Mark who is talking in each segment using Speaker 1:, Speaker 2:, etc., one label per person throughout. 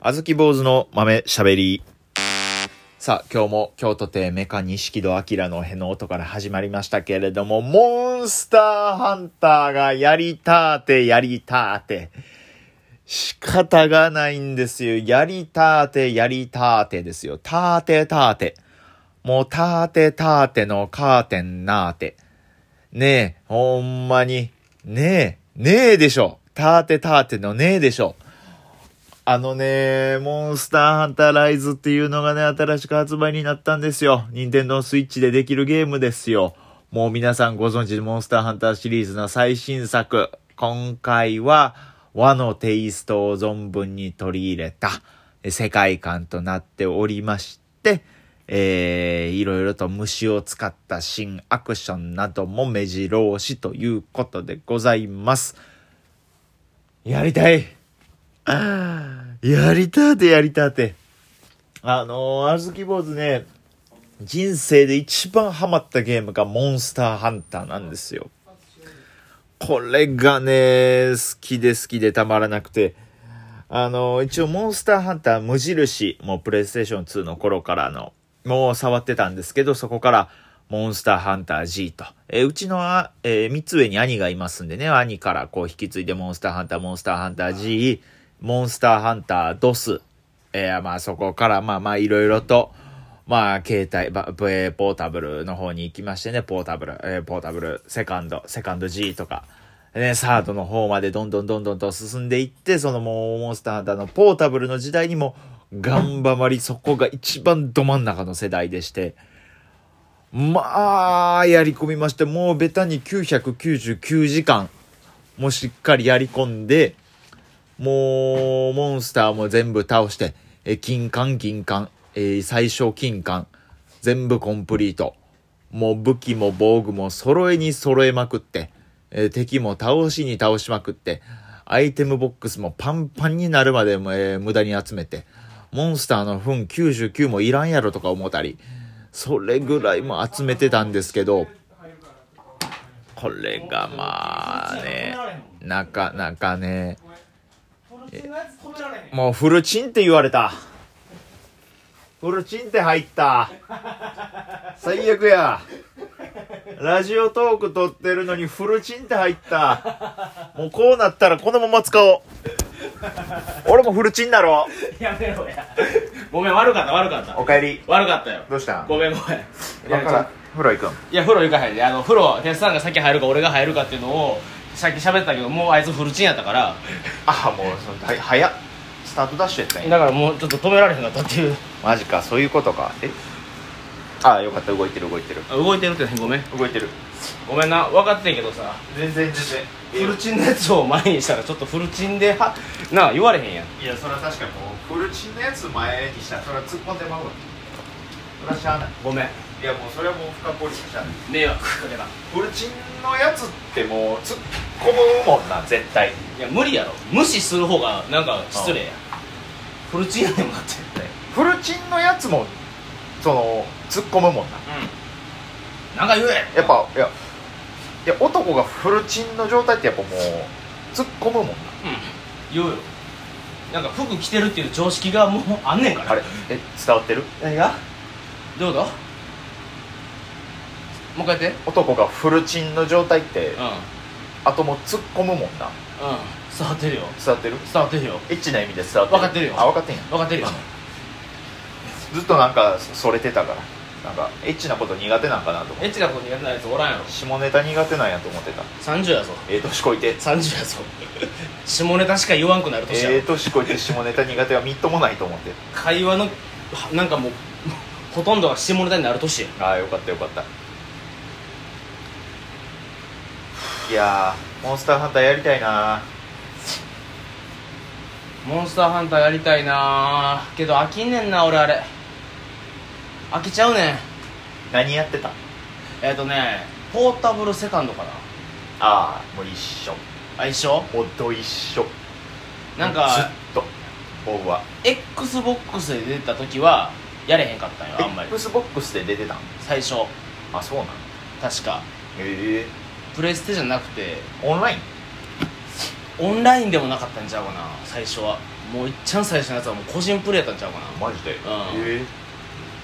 Speaker 1: あずき坊主の豆しゃべり。さあ、今日も京都亭メカ錦戸明のへの音から始まりましたけれども、モンスターハンターがやりたーて、やりたーて。仕方がないんですよ。やりたーて、やりたーてですよ。たーて、たーて。もう、たーて、たーてのカーテンなーて。ねえ、ほんまに。ねえ、ねえでしょ。たーて、たーてのねえでしょ。あのね、モンスターハンターライズっていうのがね、新しく発売になったんですよ。任天堂スイッチでできるゲームですよ。もう皆さんご存知、モンスターハンターシリーズの最新作。今回は、和のテイストを存分に取り入れたえ世界観となっておりまして、えー、いろいろと虫を使った新アクションなども目白押しということでございます。やりたいやりたーてやりたーて。あのー、あずき坊主ね、人生で一番ハマったゲームがモンスターハンターなんですよ。これがね、好きで好きでたまらなくて。あのー、一応モンスターハンター無印、もうプレイステーション2の頃からの、もう触ってたんですけど、そこから、モンスターハンター G と。えーうちのあ、えー三つ上に兄がいますんでね、兄からこう引き継いでモンスターハンター、モンスターハンター G、モンスターハンタードス。えーまあそこからまあまあいろいろと、まあ携帯、ばえーポータブルの方に行きましてね、ポータブル、えーポータブル、セカンド、セカンド G とか、ね、サードの方までどんどんどんどんと進んでいって、そのもうモンスターハンターのポータブルの時代にも、頑張まり、そこが一番ど真ん中の世代でして、まあ、やり込みまして、もうベタに999時間、もうしっかりやり込んで、もう、モンスターも全部倒して、え、金冠、銀冠、えー最小金冠、全部コンプリート。もう武器も防具も揃えに揃えまくって、えー敵も倒しに倒しまくって、アイテムボックスもパンパンになるまでも、えー無駄に集めて、モンスターの糞99もいらんやろとか思ったり、それぐらいも集めてたんですけど、これがまあね、なかなかね、もうフルチンって言われた。フルチンって入った。最悪や。ラジオトーク撮ってるのにフルチンって入った。もうこうなったらこのまま使おう。俺もフルチンだろ
Speaker 2: やめろや。ごめん、悪かった、悪かった。
Speaker 1: おかえり。
Speaker 2: 悪かったよ。
Speaker 1: どうしたん
Speaker 2: ごめん、ごめん。い
Speaker 1: わ
Speaker 2: や、
Speaker 1: か
Speaker 2: ち
Speaker 1: ら
Speaker 2: ょ
Speaker 1: ん。風呂行くん。
Speaker 2: いや風呂行かへんで、あの、風呂、テスさんが先入るか、俺が入るかっていうのを、さっき喋ったけど、もうあいつフルチンやったから、
Speaker 1: ああ、もう、そのは早っ。スタートダッシュやったんや
Speaker 2: だからもうちょっと止められへんかったっていう。
Speaker 1: マジかそういうことかえああよかった動いてる動いてる
Speaker 2: あ動いてるってごめん。
Speaker 1: 動いてる
Speaker 2: ごめんな、分かってんけどさ、
Speaker 1: 全然全
Speaker 2: フルチンのやつを前にしたら、ちょっとフルチンで、は、なあ、言われへんやん。
Speaker 1: いやそれは確かにもうフルチンのやつ前にしたらそれは突っ込んでまうわそれはしゃあない
Speaker 2: ごめん。
Speaker 1: いやもうそれはもう深掘りしかしゃあない
Speaker 2: 迷惑かけた。
Speaker 1: フルチンのやつってもう突っ込むもんな絶対
Speaker 2: いや、無理やろ。無視する方が、なんか、失礼や。フルチンやねんもんだって。
Speaker 1: フルチンのやつもその突っ込むもんな
Speaker 2: うん。なんか言え
Speaker 1: やっぱいやいや男がフルチンの状態ってやっぱもう突っ込むもんな
Speaker 2: 言うよなんか服着てるっていう常識がもうあんねんから
Speaker 1: あれえ伝わってる
Speaker 2: 何がどういうこともう一回やって
Speaker 1: 男がフルチンの状態って
Speaker 2: うんうん
Speaker 1: あともう突っ込むもんな
Speaker 2: 伝わってるよ
Speaker 1: 伝わってる
Speaker 2: 伝わってるよ
Speaker 1: エッチな意味で伝わってる
Speaker 2: わかってるよ
Speaker 1: あ分かってんや
Speaker 2: 分かってるよ
Speaker 1: ずっとなんかそれてたからなんかエッチなこと苦手なんかなと思っ
Speaker 2: エ
Speaker 1: て
Speaker 2: ッチなこと苦手なやつおらんやろ
Speaker 1: 下ネタ苦手なんやと思ってた
Speaker 2: 30やぞ
Speaker 1: ええ年こいて
Speaker 2: 30やぞ 下ネタしか言わんくなる年やろ、
Speaker 1: ええ年こいて下ネタ苦手はみっともないと思って
Speaker 2: 会話のなんかもうほとんどが下ネタになる年や
Speaker 1: ああよかったよかったいやーモンスターハンターやりたいな
Speaker 2: モンスターハンターやりたいなぁけど飽きんねんな俺あれ飽きちゃうねん
Speaker 1: 何やってた
Speaker 2: えっ、ー、とねポータブルセカンドかな
Speaker 1: ああもう一緒
Speaker 2: 相性
Speaker 1: もうど一緒
Speaker 2: なんか
Speaker 1: ずっと僕は
Speaker 2: XBOX で出た時はやれへんかったんよあんまり
Speaker 1: XBOX で出てたん
Speaker 2: 最初
Speaker 1: あそうなの
Speaker 2: 確か
Speaker 1: え
Speaker 2: プレステじゃなくて
Speaker 1: えオンライン
Speaker 2: オンラインでもなかったんちゃうかな最初はもういっちゃん最初のやつはもう個人プレイやったんちゃうかな
Speaker 1: マジで、
Speaker 2: ん
Speaker 1: えー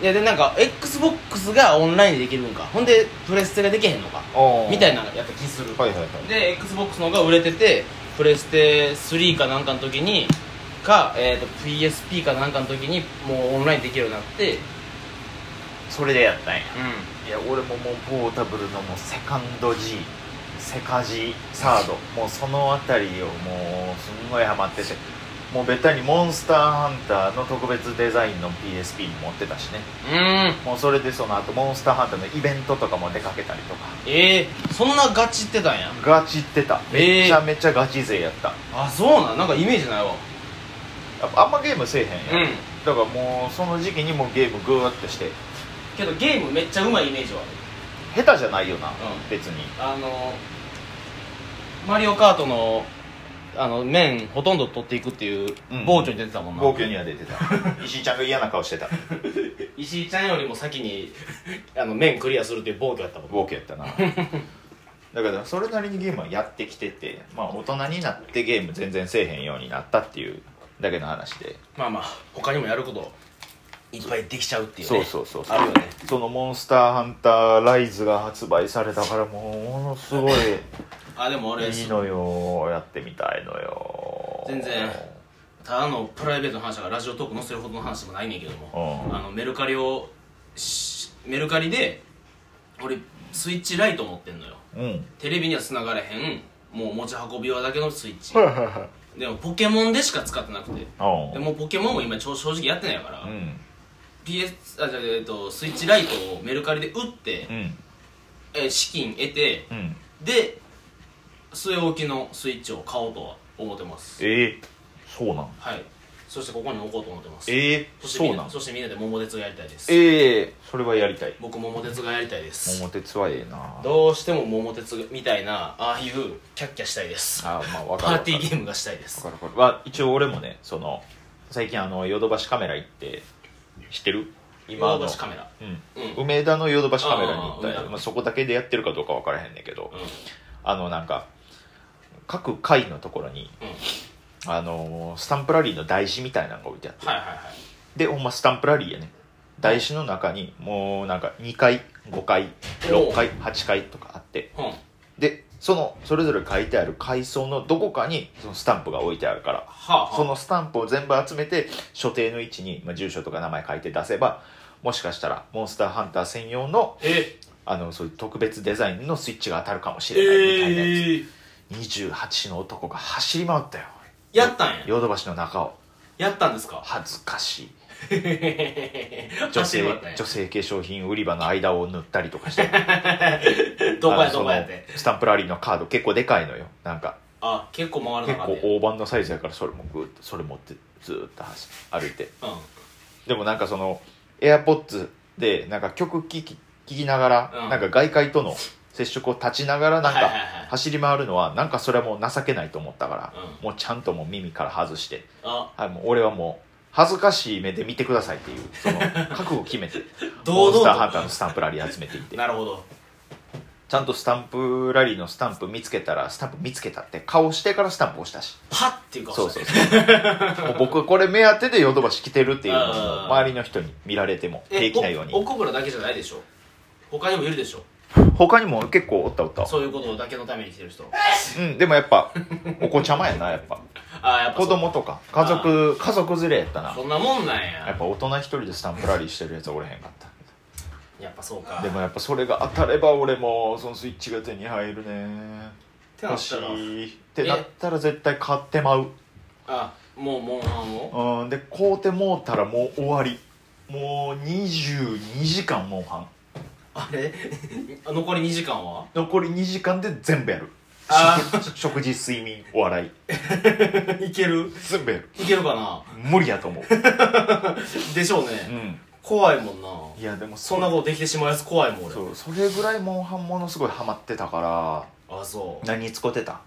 Speaker 2: いやでなんか XBOX がオンラインでできるんかほんでプレステでできへんのか
Speaker 1: あー
Speaker 2: みたいなやった気する
Speaker 1: はいはいはい
Speaker 2: で XBOX の方が売れててプレステ3かなんかの時にか、えー、と PSP かなんかの時にもうオンラインできるようになって
Speaker 1: それでやったんや
Speaker 2: う
Speaker 1: いや俺ももうポータブルのもうセカンド G セカ G サードもうその辺りをもうすんごいハマっててもうべったにモンスターハンターの特別デザインの PSP も持ってたしね
Speaker 2: んうん
Speaker 1: もうそれでその後モンスターハンターのイベントとかも出かけたりとか
Speaker 2: えー、そんなガチってたんや
Speaker 1: ガチってた
Speaker 2: えー
Speaker 1: めちゃめちゃガチ勢やった、
Speaker 2: あそうなんなんかイメージないわ
Speaker 1: やっぱあんまゲームせえへんや、
Speaker 2: うん
Speaker 1: だからもうその時期にもうゲームグーッとして
Speaker 2: けどゲームめっちゃうまいイメージはある
Speaker 1: 下手じゃないよな、別に
Speaker 2: あのマリオカートのあの面ほとんど取っていくっていう
Speaker 1: うん
Speaker 2: 傍聴に出てたもんな、
Speaker 1: 暴挙には出て た石井ちゃんが嫌な顔してた
Speaker 2: 石井ちゃんよりも先に あの面クリアするっていう暴挙やったもん
Speaker 1: 暴挙や ったなだからそれなりにゲームはやってきててまあ大人になってゲーム全然せえへんようになったっていうだけの話で
Speaker 2: まあまあ他にもやることいっぱいできちゃうっていう
Speaker 1: そう
Speaker 2: ね
Speaker 1: そうそうそう
Speaker 2: あるよね
Speaker 1: そのモンスターハンターライズが発売されたからもうものす ごい
Speaker 2: あでも俺
Speaker 1: いいのよやってみたいのよ
Speaker 2: 全然ただのプライベートの話だからラジオトーク載せるほどの話でもないねんけども、
Speaker 1: うん
Speaker 2: あのメルカリをしメルカリで俺スイッチライト持ってんのよ
Speaker 1: うん
Speaker 2: テレビには繋がれへんもう持ち運び用だけのスイッ チ
Speaker 1: はいはいはい
Speaker 2: でもポケモンでしか使ってなくて
Speaker 1: あ
Speaker 2: でもポケモンも今ちょ正直やってないから、
Speaker 1: うん
Speaker 2: PS あじゃあえっとスイッチライトをメルカリで売って、
Speaker 1: うん
Speaker 2: えー資金得て
Speaker 1: うん
Speaker 2: で据え置きのスイッチを買おうとは思ってます
Speaker 1: ええそうなん
Speaker 2: はいそしてここに置こうと思ってます
Speaker 1: ええ
Speaker 2: そしてみ
Speaker 1: そうんな
Speaker 2: なんそしてみんなで桃鉄がやりたいです
Speaker 1: ええそれはやりたい
Speaker 2: 僕桃鉄がやりたいです
Speaker 1: 桃鉄はええな
Speaker 2: どうしても桃鉄みたいなああいうキャッキャしたいです
Speaker 1: あまあわ
Speaker 2: パ
Speaker 1: かるわか
Speaker 2: ーティーゲ
Speaker 1: る
Speaker 2: ームがしたいです
Speaker 1: わかるわかるわ一応俺もねその最近あのヨドバシカメラ行って知ってる
Speaker 2: 今
Speaker 1: 今の
Speaker 2: 橋カメラ
Speaker 1: うん
Speaker 2: うん
Speaker 1: 梅田のヨドバシカメラに行ったん
Speaker 2: あ
Speaker 1: や
Speaker 2: あああ
Speaker 1: まあ、そこだけでやってるかどうかわからへんねんけど、
Speaker 2: うん
Speaker 1: あのなんか各階のところに
Speaker 2: うん
Speaker 1: あのースタンプラリーの台紙みたいなのが置いてあって、
Speaker 2: はいはいはい
Speaker 1: でほんまスタンプラリーやね台紙の中にもうなんか2階5階6階8階とかあって
Speaker 2: うん
Speaker 1: でそのそれぞれ書いてある階層のどこかにそのスタンプが置いてあるから
Speaker 2: はあ、はあ、
Speaker 1: そのスタンプを全部集めて所定の位置に、まあ、住所とか名前書いて出せばもしかしたらモンスターハンター専用の
Speaker 2: え
Speaker 1: あのそういう特別デザインのスイッチが当たるかもし
Speaker 2: え
Speaker 1: れないみたいなやつ、
Speaker 2: ー、
Speaker 1: 28の男が走り回ったよ
Speaker 2: やったんや
Speaker 1: ヨドバシの中を
Speaker 2: やったんですか
Speaker 1: 恥ずかしい女
Speaker 2: 女
Speaker 1: 性女
Speaker 2: 女
Speaker 1: 性化粧品売り場の間を塗ったりとかして
Speaker 2: 性 どこ
Speaker 1: あの
Speaker 2: や
Speaker 1: そ
Speaker 2: ど
Speaker 1: の
Speaker 2: こやって
Speaker 1: スタンプラリーのカード結構でかいのよなんか
Speaker 2: あ結構回らな
Speaker 1: 結
Speaker 2: か
Speaker 1: 構
Speaker 2: った
Speaker 1: 大判のサイズやからそれもグーッとそれ持ってずーっと走歩いて
Speaker 2: うん
Speaker 1: でもなんかその AirPods でなんか曲聴き聴きながら、
Speaker 2: うん
Speaker 1: なんか外界との接触を立ちながらなん
Speaker 2: はい
Speaker 1: か
Speaker 2: はいはい
Speaker 1: 走り回るのはなんかそれはもう情けないと思ったから、
Speaker 2: う
Speaker 1: もうちゃんともう耳から外して、
Speaker 2: あ
Speaker 1: はい、もう俺はもう恥ずかしい目で見てくださいっていうそ の覚悟を決めてモ
Speaker 2: 堂
Speaker 1: ンスターハ
Speaker 2: 々
Speaker 1: ンターのスタンプラリー集めていって
Speaker 2: となるほど
Speaker 1: ちゃんとスタンプラリーのスタンプ見つけたらスタンプ見つけたって顔してからスタンプ押したし
Speaker 2: パッっていう顔
Speaker 1: そう
Speaker 2: し
Speaker 1: そ
Speaker 2: て
Speaker 1: うそう。もう僕はこれ目当てでヨドバシ来てるっていうのを
Speaker 2: あー
Speaker 1: 周りの人に見られても
Speaker 2: え
Speaker 1: 平気なよう
Speaker 2: お
Speaker 1: に。
Speaker 2: 奥村だけじゃないでしょ他にもいるでしょ
Speaker 1: 他にも結構おったおった。
Speaker 2: そういうことだけのために来てる人
Speaker 1: うん、でもやっぱ、お子ちゃまやな、やっぱ。
Speaker 2: あやっぱそ
Speaker 1: 子
Speaker 2: う
Speaker 1: 供とか、家族、家族連れやったな。
Speaker 2: そんなもんなん
Speaker 1: やっ
Speaker 2: や
Speaker 1: ぱ大人一人でスタンプラリーしてるやつはおれへんかった。
Speaker 2: やっぱそうか
Speaker 1: でもやっぱそれが当たれば俺もそのスイッチが手に入るね。
Speaker 2: てな
Speaker 1: 欲
Speaker 2: っ
Speaker 1: した
Speaker 2: ら
Speaker 1: い。ってなったら絶対買ってまう。
Speaker 2: あもうモンハンを
Speaker 1: うん、で、買うてもうたらもう終わり。もう22時間もう半。
Speaker 2: あれあ残り2時間は
Speaker 1: 残り2時間で全部やる
Speaker 2: あ
Speaker 1: 食食事睡 眠お笑い
Speaker 2: いける
Speaker 1: 全部やる
Speaker 2: いけるかな
Speaker 1: 無理やと思う、
Speaker 2: でしょうね、
Speaker 1: うん、
Speaker 2: 怖いもんない
Speaker 1: やでも
Speaker 2: そんなことできてしまうやつ怖いもん
Speaker 1: そうそれぐらいモンハンものすごいハマってたから
Speaker 2: 俺あそう
Speaker 1: 何使ってた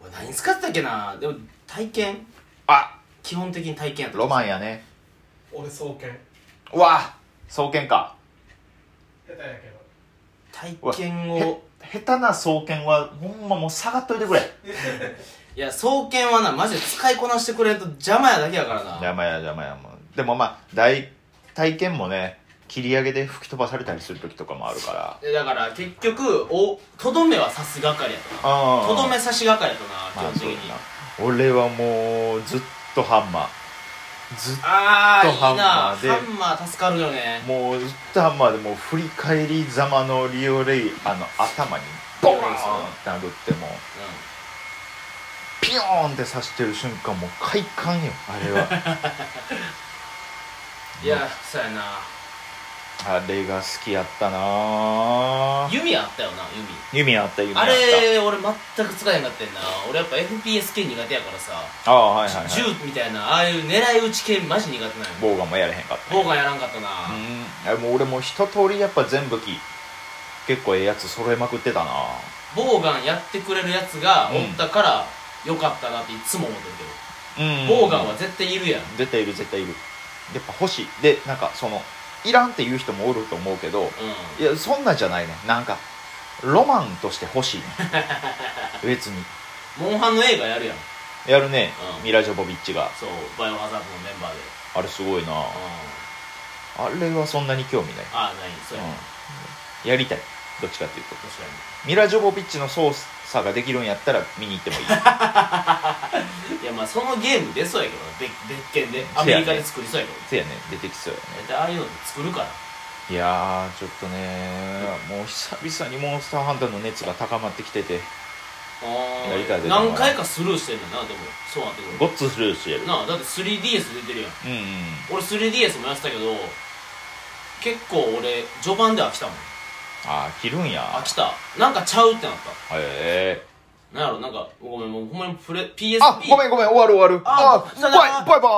Speaker 2: 俺何使ってたっけなでも体験
Speaker 1: あ
Speaker 2: 基本的に体験やった
Speaker 1: ロマンやね
Speaker 3: 俺双剣
Speaker 1: うわ双剣か
Speaker 3: 下手やけど
Speaker 2: 体
Speaker 1: うわ
Speaker 2: 験
Speaker 1: へ
Speaker 2: を
Speaker 1: 下手な双剣はほんまもう下がっといてくれ
Speaker 2: いいや双剣はなマジで使いこなしてくれんと邪魔やだけやからな
Speaker 1: 邪魔や邪魔やもんでもまあ大体験もね切り上げで吹き飛ばされたりする時とかもあるから
Speaker 2: でだから結局おとどめは刺す係やと
Speaker 1: あ
Speaker 2: とどめ刺し係やと
Speaker 1: ま
Speaker 2: な
Speaker 1: あ
Speaker 2: 基本
Speaker 1: そう
Speaker 2: 的
Speaker 1: や
Speaker 2: に、
Speaker 1: な俺はもうずっとハンマーずっ
Speaker 2: あ
Speaker 1: と
Speaker 2: ーいいな
Speaker 1: ハ
Speaker 2: ハ
Speaker 1: ンマー
Speaker 2: ン
Speaker 1: で
Speaker 2: マー助かるよね
Speaker 1: もうずっとハンマーでもう振り返りざまのリオレイあの頭にボーンって殴ってもうピヨーンって刺してる瞬間もう快感よあれ は
Speaker 2: うんいやそうやな
Speaker 1: あれが好きやったなぁ
Speaker 2: 弓あったよな弓
Speaker 1: 弓あった弓あっ
Speaker 2: あ
Speaker 1: た
Speaker 2: れ俺全く使えへんかったよな俺やっぱ FPS 系苦手やからさ、
Speaker 1: ああはいはい、はい、
Speaker 2: 銃みたいなああいう狙い撃ち系マジ苦手なのよ
Speaker 1: ボウガンもやれへんかった
Speaker 2: ボウガンやらんかったな、
Speaker 1: うんあもう俺も一通りやっぱ全武器結構ええやつ揃えまくってたな
Speaker 2: ボウガンやってくれるやつがおったから、よかったなっていつも思ってる
Speaker 1: うん
Speaker 2: けど、ボウガンは絶対いるやん
Speaker 1: 絶対いる絶対いるやっぱ欲しいでなんかそのいらんっていう人もおると思うけど
Speaker 2: う
Speaker 1: いやそんなじゃないねなんかロマンとして欲しいね別に
Speaker 2: んモンハンの映画やるやん
Speaker 1: やるね、
Speaker 2: うん
Speaker 1: ミラ・ジョボビッチが
Speaker 2: そうバイオハザードのメンバーで、
Speaker 1: あれすごいな
Speaker 2: うん、
Speaker 1: あれはそんなに興味ない、
Speaker 2: ああないそうやね、
Speaker 1: うん、やりたいどっちかっていうと
Speaker 2: 確か
Speaker 1: ミラ・ジョボビッチの操作ができるんやったら見に行ってもいい
Speaker 2: にいやまあそのゲーム出そうやけどな別別件でアメリカで作りそうやけど
Speaker 1: せやね出てきそうやね
Speaker 2: 大体ああいうの作るから
Speaker 1: いやーちょっとねもう久々にモンスターハンターの熱が高まってきてて
Speaker 2: あ
Speaker 1: やりたい
Speaker 2: ー
Speaker 1: で
Speaker 2: 何回かスルーしてんだなでもそうなってく
Speaker 1: ご
Speaker 2: る
Speaker 1: っつスルーしてやる
Speaker 2: なあだって 3DS 出てるやん
Speaker 1: うんうん
Speaker 2: 俺 3DS もやってたけど結構俺序盤で飽きたもん
Speaker 1: ああ切るんや
Speaker 2: 飽きたなんかちゃうってなっ
Speaker 1: へえ
Speaker 2: たなんやろなんかごめんもうほんまにプレ
Speaker 1: あ
Speaker 2: PSP
Speaker 1: ごめんごめん終わる終わる
Speaker 2: あ
Speaker 1: あ
Speaker 2: さよなら
Speaker 1: バイバイバイ